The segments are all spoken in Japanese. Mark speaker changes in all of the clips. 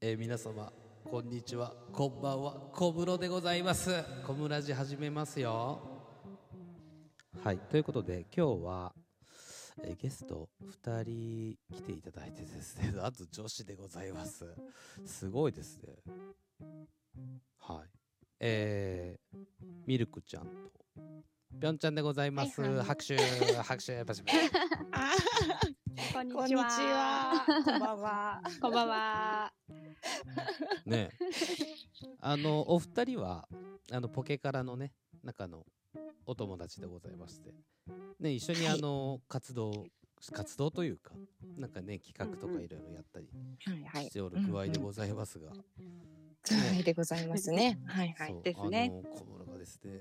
Speaker 1: えー皆様こんにちはこんばんは小室でございます小室寺始めますよはいということで今日は、えーゲスト2人来ていただいてですね あと女子でございますすごいですねはいえー、ミルクちゃんとぴょんちゃんでございます、
Speaker 2: はいはい
Speaker 1: 拍手拍手パチパチ
Speaker 3: あ
Speaker 2: こ
Speaker 3: ー
Speaker 2: んに
Speaker 3: こんに
Speaker 2: ち
Speaker 3: ち
Speaker 2: は。
Speaker 3: は。こんばんは。
Speaker 2: こんばんは。
Speaker 1: ねえあのお二人はあのポケカラのね中のお友達でございまして、ね、一緒に
Speaker 3: は
Speaker 1: あ
Speaker 3: い
Speaker 1: の、活動活動というかなんかね企画と
Speaker 3: うんう
Speaker 1: か
Speaker 3: ん
Speaker 1: いろいろやったり
Speaker 3: はいは
Speaker 1: し
Speaker 3: い。
Speaker 1: ておる具合でございますが、
Speaker 3: はいでございますね。はいは
Speaker 1: そ。
Speaker 3: いう
Speaker 2: です
Speaker 1: あ
Speaker 2: ね
Speaker 1: の小室がですね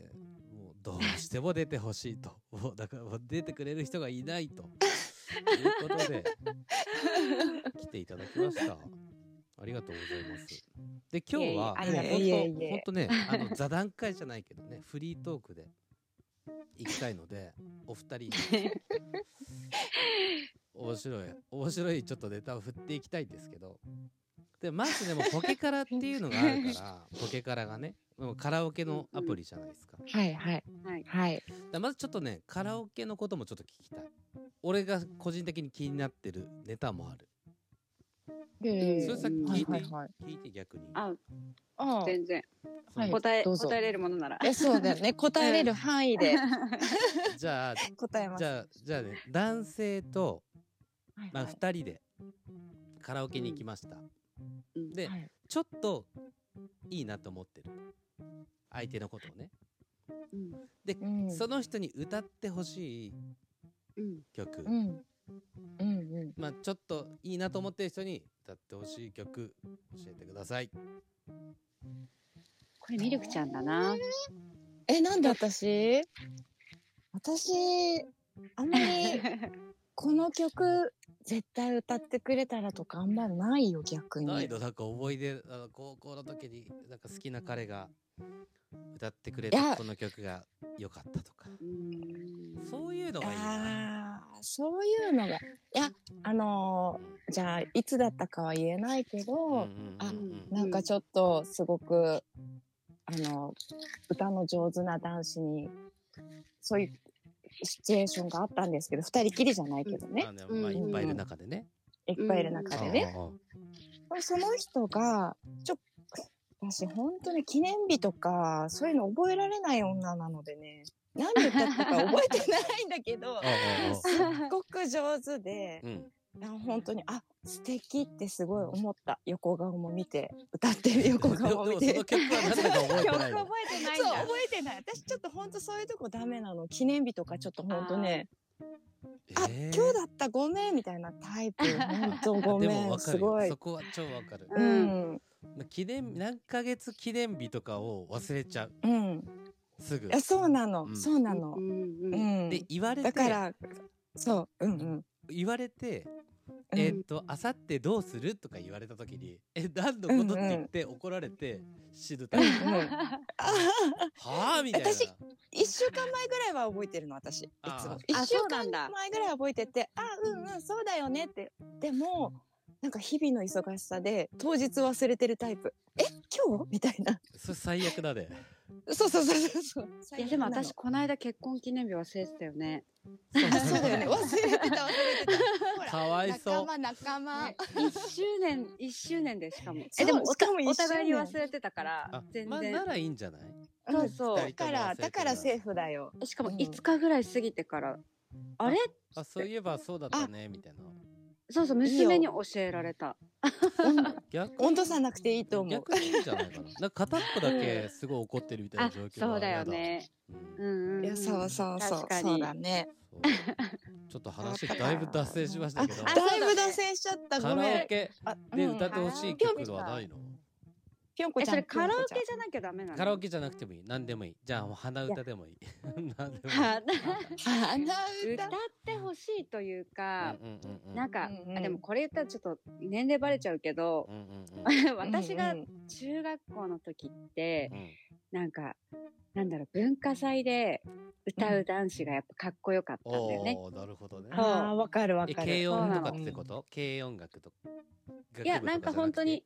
Speaker 1: もうどうしても出てほしい ともうだからもう出てくれる人がいないということで来ていただきましたありがとうございますで今日はい
Speaker 3: えいえありがとう
Speaker 1: 本
Speaker 3: いえい
Speaker 1: 当
Speaker 3: え
Speaker 1: 本当ねあの座談会じゃないけどねフリートークで行きたいのでお二人 に面白い面白いちょっとネタを振っていきたいんですけどでまずでもポケカラっていうのがあるから ポケカラがねもうカラオケのアプリじゃないですかだか
Speaker 3: はいはい
Speaker 2: はい。
Speaker 3: はい。
Speaker 1: らまずちょっとねカラオケのこともちょっと聞きたい俺が個人的に気になってるネタもある
Speaker 3: で
Speaker 1: それさっき
Speaker 3: は
Speaker 1: 聞い
Speaker 3: い
Speaker 1: て、
Speaker 3: はいはい。
Speaker 1: 聞いて逆に
Speaker 2: あ、
Speaker 3: あー
Speaker 2: 全然。
Speaker 3: はい
Speaker 2: 答え、
Speaker 3: どうぞ
Speaker 2: 答えれるものなら。
Speaker 3: えそうだよね。答えれる範囲で
Speaker 1: じ ゃあ
Speaker 3: 答えま
Speaker 1: じ
Speaker 3: す。
Speaker 1: ゃあじゃあね男性と、
Speaker 3: はい
Speaker 1: まあ、
Speaker 3: はい
Speaker 1: 2人でカラオケに行きました、
Speaker 2: うん
Speaker 1: で、
Speaker 3: はい
Speaker 1: ちょっといいなと思ってる相手のことをね、
Speaker 2: うん。
Speaker 3: うん
Speaker 1: その人に歌ってほしい
Speaker 2: うん。
Speaker 1: 曲、
Speaker 3: うんうんうん。
Speaker 1: まあちょっといいなと思ってる人に歌ってほしい曲教えてください
Speaker 2: これミルクちゃんだな。
Speaker 3: えなんで私？私あんまりこの曲絶対歌ってくれたらとかあんまないよ逆に。
Speaker 1: ないのなんか思い出あの高校の時になんか好きな彼が歌ってくれ
Speaker 3: い
Speaker 1: た
Speaker 3: や
Speaker 1: この曲が良かったとか
Speaker 2: うん
Speaker 1: そういうのがいいな
Speaker 3: ああーそういうのがいやあのーじゃあいつだったかは言えない
Speaker 1: う
Speaker 3: け
Speaker 1: んうん
Speaker 3: ど、
Speaker 1: うんうん
Speaker 2: あ
Speaker 3: なんかちょっとすごくあの歌の上手な男子にそういうシチュエーションがあったんですけど二人きりじゃないけどね
Speaker 1: ま、あねまあいっぱいいる中でね、
Speaker 3: いっぱいいる中
Speaker 2: あ
Speaker 3: で
Speaker 2: れ
Speaker 3: ね。
Speaker 1: ああああ。
Speaker 3: でもその人がちょ私本当に記念日とかそういうの覚えられない女なのでねなんでだったか覚えてないんだけど
Speaker 1: あ
Speaker 3: すっごく上手で
Speaker 1: あ、うん、
Speaker 3: いや本当にあ素敵ってすごい思った横顔も見て歌っ てる 横
Speaker 1: で
Speaker 3: 顔
Speaker 1: も
Speaker 3: も見
Speaker 1: で
Speaker 3: て
Speaker 1: もそ
Speaker 3: そう
Speaker 1: の曲は何だか覚えてな
Speaker 2: 曲覚
Speaker 1: いの
Speaker 2: えてないん
Speaker 3: 覚
Speaker 2: だ。
Speaker 3: えてない私ちょっと本当そういうとこダメなの記念日とかちょっと本当ね あ
Speaker 1: えー
Speaker 3: 今日だったごめんみたいなタイプ本当 ご
Speaker 1: でも
Speaker 3: め
Speaker 1: わ
Speaker 3: ん
Speaker 1: か
Speaker 3: す
Speaker 1: るよ
Speaker 3: ごい
Speaker 1: そこは超わかる、
Speaker 3: う
Speaker 2: うん
Speaker 1: まあ記念何ヶ月記念日とかを忘れちゃう
Speaker 3: うん
Speaker 1: すぐ
Speaker 3: いやそうなの、
Speaker 1: うん
Speaker 3: そうなの
Speaker 2: う、ん
Speaker 3: う
Speaker 2: うん。
Speaker 3: ん
Speaker 1: で言われ
Speaker 3: だか
Speaker 1: て
Speaker 3: らそううん うん
Speaker 1: 言われて
Speaker 3: うん
Speaker 1: えっとあさってどうするとか言われた時にえ何のことって言って怒られて死ぬタイプ
Speaker 3: うんうんあ
Speaker 1: はあみたいな
Speaker 3: 私一週間前ぐらいは覚えてるの私いつ
Speaker 1: あ
Speaker 3: も
Speaker 1: ー
Speaker 3: 一
Speaker 2: あ
Speaker 3: 週
Speaker 2: そうな
Speaker 3: 間
Speaker 2: んだ
Speaker 3: 前ぐらいは覚えててあうんうんそうだよねってでもなんか日々の忙しさで当日忘れてるタイプえ今日みたいな
Speaker 1: それ最悪だね
Speaker 3: そうそうそうそうそう
Speaker 2: いや、でも私、この間結婚記念日忘れてたよね。
Speaker 3: あそうだよね忘れてた 忘れてた
Speaker 1: か
Speaker 3: ほ
Speaker 1: わ
Speaker 3: ら
Speaker 1: いそう
Speaker 3: 仲間仲間
Speaker 2: 一周年、一周年でしかも。
Speaker 3: そ
Speaker 2: え、
Speaker 3: う
Speaker 2: でもお
Speaker 3: しかも一周年
Speaker 2: お互いに忘れてたから
Speaker 1: あ、
Speaker 2: 全
Speaker 1: まあ
Speaker 2: 然
Speaker 1: な。らいいんじゃない
Speaker 2: そうそう
Speaker 3: だからだからセーフだ よ
Speaker 2: しかも
Speaker 3: うん
Speaker 2: 5日ぐらい過ぎてから、あれ
Speaker 1: あそういえばそうだったねみたいな
Speaker 2: そうそう、娘に教えられた。
Speaker 1: 逆
Speaker 3: 温度差なくていいと思う
Speaker 1: 逆にいいんじゃないかななんか片っぽだけすごい怒ってるみたいな
Speaker 2: あ
Speaker 1: 状、況
Speaker 2: そう
Speaker 1: が
Speaker 2: だ
Speaker 1: 嫌
Speaker 2: よね。
Speaker 1: うん
Speaker 2: うんうん。
Speaker 3: いやそうそうそう
Speaker 2: 確かに
Speaker 3: そうだね
Speaker 1: そうちょっと話だいぶ脱線しましたけど
Speaker 3: あだいぶ脱線しちゃった
Speaker 1: カ
Speaker 3: ご
Speaker 1: ラ
Speaker 3: め
Speaker 1: オ
Speaker 3: ん
Speaker 1: ケ
Speaker 3: あ
Speaker 1: で
Speaker 3: うん
Speaker 1: 歌ってほしい曲はないの、
Speaker 3: ぴょんこ
Speaker 2: え
Speaker 3: ちゃん
Speaker 2: それカラオ
Speaker 3: ぴょんこちゃん
Speaker 2: ケじゃなきゃダメなの
Speaker 1: カラオケじゃなくてもいい何でもいいじゃあもう鼻歌でもいい 何でもいい
Speaker 2: は
Speaker 3: 鼻歌
Speaker 2: 歌ってほしいというか、
Speaker 1: うんうんうんうん
Speaker 2: なんか、
Speaker 3: うんうん
Speaker 2: あでもこれ言ったらちょっと年齢バレちゃうけど
Speaker 1: う、んうん
Speaker 2: 私が中学校の時って
Speaker 1: うんうん
Speaker 2: なんか、なんだろう、文化祭で歌う男子がやっぱかっこよかったんだよね。
Speaker 1: おーなるほどね。
Speaker 2: そう
Speaker 3: ああ、わかるわ
Speaker 1: え
Speaker 3: かる。
Speaker 1: 軽音とか
Speaker 2: そうな
Speaker 1: っ
Speaker 3: の
Speaker 1: てこと軽音楽とか。
Speaker 2: いや、なんか本当に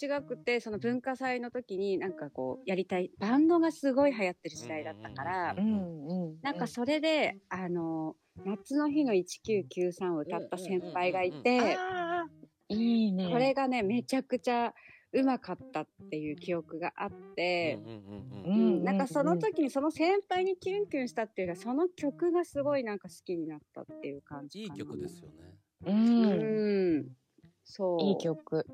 Speaker 2: 違くて、その文化祭の時になんかこう、やりたい、バンドがすごい流行ってる時代だったから
Speaker 1: う
Speaker 3: う、んうん。
Speaker 2: なんかそれで、あの、夏の日の1993を歌った先輩がい
Speaker 3: うん。
Speaker 2: て、
Speaker 3: ああ、いいね。
Speaker 2: これがね、めちゃくちゃうまかったっていう記憶があって
Speaker 1: うん、うん
Speaker 3: う
Speaker 1: うん
Speaker 2: うんん、
Speaker 3: ん、
Speaker 2: なんかその時にその先輩にキュンキュンしたっていうか、その曲がすごいなんか好きになったっていう感
Speaker 1: い
Speaker 2: じ
Speaker 1: い
Speaker 2: かな。
Speaker 1: 曲ですよね。
Speaker 3: う。
Speaker 2: うんん。そう。
Speaker 3: いい曲。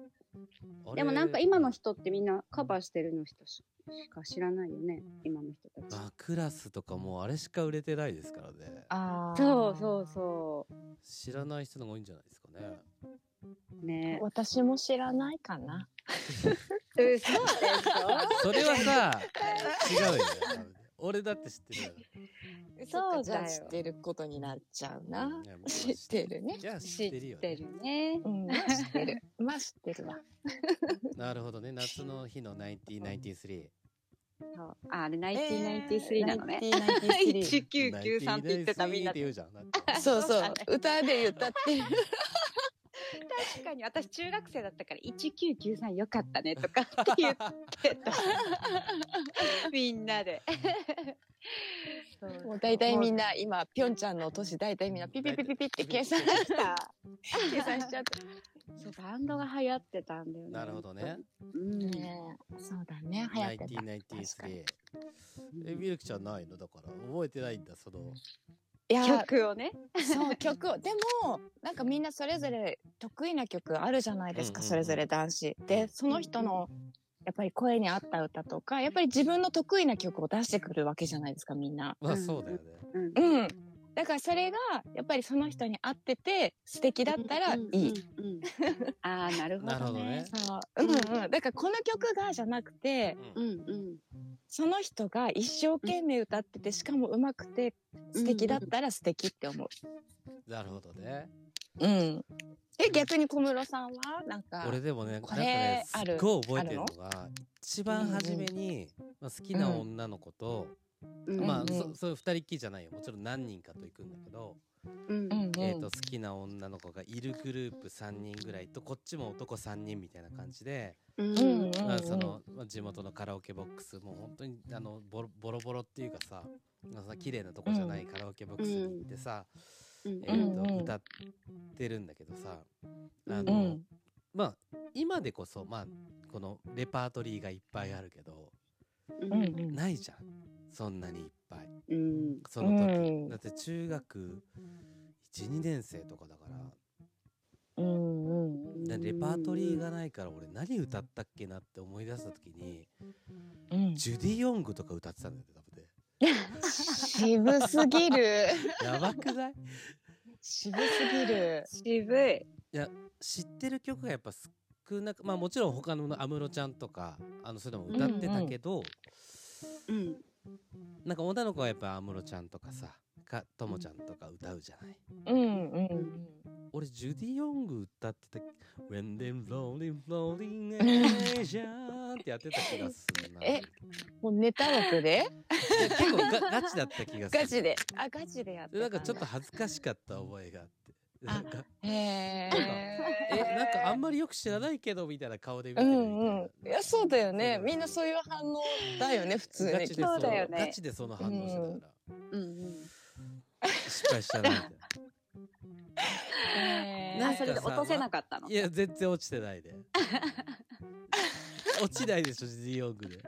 Speaker 1: あれ
Speaker 2: でもなんか今の人ってみんなカバーしてるの人しか知らないよね。今の人たち。
Speaker 1: あクラスとかもうあれしか売れてないですからね。
Speaker 3: ああ。
Speaker 2: そうそうそ
Speaker 1: 知らない人の方が多いんじゃないですかね。
Speaker 2: う。ね。
Speaker 3: 私も知らないかな。
Speaker 2: そうでしょ
Speaker 1: それは さ、違うよね。俺だって知ってるよ。
Speaker 3: そうじゃあ知ってることになっちゃうな。
Speaker 1: うんいやまあ
Speaker 3: 知ってるね
Speaker 1: じゃあ知
Speaker 2: 知
Speaker 1: っ
Speaker 2: ってて
Speaker 1: るよ、
Speaker 2: る
Speaker 1: ね。
Speaker 2: ね。
Speaker 3: うん、まあ知って る。まあ知ってるわ。
Speaker 1: なるほ どね。夏の日の1993。
Speaker 2: そうああれ1993なのね。
Speaker 3: 1993
Speaker 2: 1993って言ってたみんな
Speaker 1: っ
Speaker 2: ってて。
Speaker 1: 言うじゃん。なんか
Speaker 3: そうそう。歌で言ったって。
Speaker 2: 確かに私中学生だったから1993よかったねとかって言って た。みんなで。
Speaker 3: もう大体みんな今、ぴょんちゃんの年大体みんなピピピピピって計算した。計算しちゃって。
Speaker 2: そうバンドが流行ってたんだよ ね。
Speaker 1: なるほどね。。
Speaker 2: うん。
Speaker 3: ねえそうだね。流行ってた。確かに
Speaker 1: 1993。え、ミルクちゃんないのだから。覚えてないんだ、その。
Speaker 3: いや、
Speaker 2: 曲をね。
Speaker 3: そう、曲を。でも、なんかみんなそれぞれ得意な曲あるじゃないですか、
Speaker 1: うんうんうん
Speaker 3: それぞれ男子。で、その人の、やっぱり声に合った歌とか、やっぱり自分の得意な曲を出してくるわけじゃないですか、みんな。
Speaker 1: まあそうだよね。
Speaker 2: うん
Speaker 3: うん。だからそれが、やっぱりその人に合ってて、素敵だったらいい。。
Speaker 2: ああ、なるほ
Speaker 1: なるほ
Speaker 2: ど
Speaker 1: どね
Speaker 2: ね。
Speaker 3: そう。うんうん。だからこの曲がじゃなくて、
Speaker 1: うん
Speaker 2: うんうん。
Speaker 3: その人が一生懸命歌ってて、しかも上手くて、素敵だったら素敵って思う。
Speaker 1: なるほどね。
Speaker 3: うん。え、逆に小室さんはなんか、
Speaker 1: 俺でもね、なん
Speaker 3: こ
Speaker 1: か
Speaker 3: れ
Speaker 1: ね、す
Speaker 3: あ
Speaker 1: っ
Speaker 3: る
Speaker 1: ごい覚えてるのが、一番初めに、まあ、好きな女の子と、
Speaker 2: うん
Speaker 1: まあ、
Speaker 3: うんうん
Speaker 1: そそういう二人っきりじゃないよ。もちろん何人かと行くんだけど、
Speaker 2: うん
Speaker 3: うんうん、
Speaker 1: えっ、と、好きな女の子がいるグループ三人ぐらいと、こっちも男三人みたいな感じで、
Speaker 2: うん
Speaker 3: うんうんうん
Speaker 1: まあ、その、まあ、地元のカラオケボックス、もう本当に、あの、ボロボロボロっていうかさ、まあ、さ綺麗なとこじゃないカラオケボックスに行ってさ、
Speaker 2: うん
Speaker 1: えーと
Speaker 3: うんうん
Speaker 1: 歌ってるんだけどさ、あ
Speaker 3: う
Speaker 1: の、
Speaker 3: ん。
Speaker 1: まあ今でこそまあこのレパートリーがいっぱいあるけど
Speaker 3: うんうん。
Speaker 1: ないじゃんそんなにいっぱい
Speaker 2: うん
Speaker 1: その時、
Speaker 3: うん
Speaker 1: だって中学12年生とかだから
Speaker 3: うんうんうん。
Speaker 1: でレパートリーがないから俺何歌ったっけなって思い出した時に
Speaker 3: うん。
Speaker 1: ジュディ・ヨングとか歌ってたんだよね多分ね
Speaker 3: 渋すぎる。
Speaker 1: やばく ない
Speaker 3: 渋すぎる。
Speaker 2: 渋い。
Speaker 1: 知ってる曲がやっぱ少なくまあもちろん他の安室ちゃんとかあのそういうのも歌ってたけど、
Speaker 2: うん
Speaker 1: なんか女の子はやっぱ安室ちゃんとかさかともちゃんとか歌うじゃない
Speaker 3: うんうんうん。
Speaker 1: 俺ジュディ・ヨング歌ってた「When they rolling rolling Asia」ってやってた気がするな
Speaker 3: えもうネタ枠で
Speaker 1: いや結構ガガチだった気がする
Speaker 3: ガチで。あ、ガチでやって
Speaker 1: でな
Speaker 3: た
Speaker 1: ん
Speaker 3: んだ
Speaker 1: かちょっと恥ずかしかった覚えがあってな
Speaker 3: あ
Speaker 1: んか
Speaker 3: へえ。
Speaker 1: えなんかあんまりよく知らないけどみたいな顔で見て
Speaker 3: う
Speaker 1: るみ
Speaker 3: んうん。いや、そうだよね。みんなそういう反応だよね、普
Speaker 1: たい
Speaker 3: 通
Speaker 1: なガチ。での
Speaker 3: に
Speaker 2: そうだよね
Speaker 1: ガチでその反応してたから
Speaker 2: うん
Speaker 1: 失敗したなみたいな
Speaker 3: へー
Speaker 2: うん。
Speaker 1: なん
Speaker 2: あ、
Speaker 1: か
Speaker 2: それで落とせなかっ たの
Speaker 1: い。や全然落ちてないで落ちないでしょジュディ・ヨングで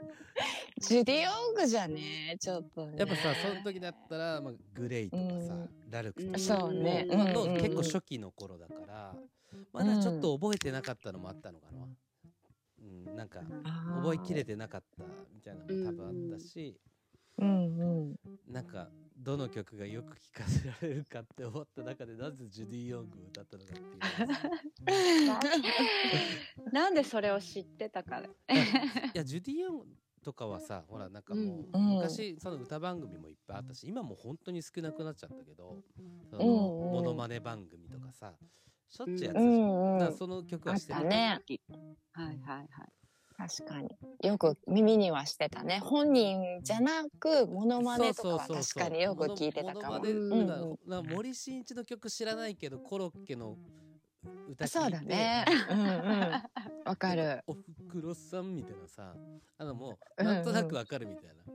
Speaker 3: ジュディ・オングじゃねちょっとね。
Speaker 1: やっぱさその時だったら、まあ、グレイとかさ、
Speaker 3: うん
Speaker 1: ラルクとか
Speaker 3: そうね。
Speaker 2: まあ
Speaker 1: の
Speaker 3: うんうんうん
Speaker 1: 結構初期の頃だからまだちょっと覚えてなかったのもあったのかな、うん、なんか覚えきれてなかったみたいなのも多分あったし、
Speaker 3: うんうん。
Speaker 1: なんかどの曲がよく聴かせられるかって思った中でなぜジュディ・ヨングを歌ったのかっていう
Speaker 2: なんでそれを知ってた か。
Speaker 1: いやジュディ・ヨングとかはさほらなんかもう、
Speaker 3: うん
Speaker 1: 昔その歌番組もいっぱいあったし今もう本当に少なくなっちゃったけどその
Speaker 3: うんうん
Speaker 1: モノマネ番組とかさしょっちゅうやってたじゃん、
Speaker 3: うんう
Speaker 1: だから
Speaker 3: ん。
Speaker 1: その曲はして
Speaker 3: あ
Speaker 1: る
Speaker 3: ったね
Speaker 2: はいはいはい。
Speaker 3: 確かによく耳にはしてたね本人じゃなくモノマネとかは確かによく聞いてたかも
Speaker 1: モノモノマ
Speaker 3: う
Speaker 1: ネ
Speaker 3: ん
Speaker 1: だ
Speaker 3: うん
Speaker 1: な森進一の曲知らないけどコロッケの歌聞いて
Speaker 3: そうだねうんうんわかる
Speaker 1: おふくろさんみたいなさあのもう
Speaker 3: うんうん
Speaker 1: なんとなくわかるみたいな、
Speaker 3: うん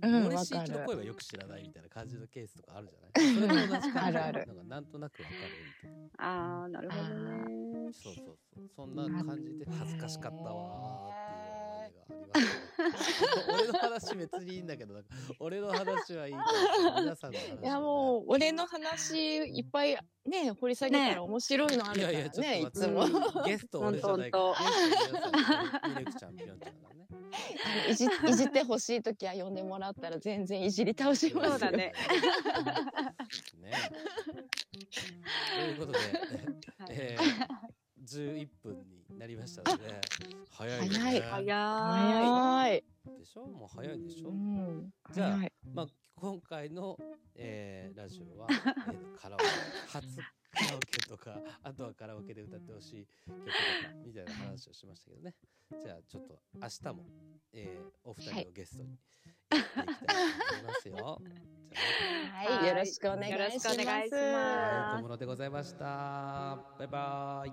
Speaker 1: 森
Speaker 3: わ
Speaker 1: 進
Speaker 3: か
Speaker 1: 一の
Speaker 3: る
Speaker 1: 声はよく知らないみたいな感じのケースとかあるじゃないそれと同じ感じ
Speaker 3: あるある
Speaker 1: なんかなんとなくわかるみたいな
Speaker 2: ああ、なるほどね。
Speaker 1: そうそうそうそんな感じで恥ずかしかったわーっていう思い出がありますね、俺の話別にいいんだけどなんか俺の話はいいから皆さんの話
Speaker 3: いやもう俺の話いっぱいね掘り下げた
Speaker 2: ね
Speaker 3: ら面白いのある
Speaker 1: い
Speaker 3: か
Speaker 1: やい
Speaker 3: ら
Speaker 1: や
Speaker 3: ね
Speaker 1: ちょっと
Speaker 3: い
Speaker 1: 待って
Speaker 3: つも
Speaker 1: ゲスト俺じゃないから
Speaker 2: ほんと
Speaker 1: ゲスト皆さんミレクちゃんぴょんちゃんだからね
Speaker 3: いじいじってほしい時は呼んでもらったら全然いじり倒しますよ
Speaker 2: そうだね。
Speaker 1: ね。ということで、えー、11分になりましたので、早いよね。
Speaker 3: 早い
Speaker 2: 早い。
Speaker 3: 早い、
Speaker 1: でしょもう早いでしょ、
Speaker 3: うん、
Speaker 1: じゃあ
Speaker 3: 早い
Speaker 1: まあ、今回の、えーラジオは、え ーカラオケ、初カラオケとか、あとはカラオケで歌ってほしい曲とか、みたいな話をしましたけどね。じゃあ、ちょっと明日も、えーお二人をゲストにやっていきたいと思います よ。じゃあね
Speaker 3: はいよろしくお願いし
Speaker 2: よろしくお願いし
Speaker 3: ます
Speaker 2: ます
Speaker 1: 小室でございました。バイバイ。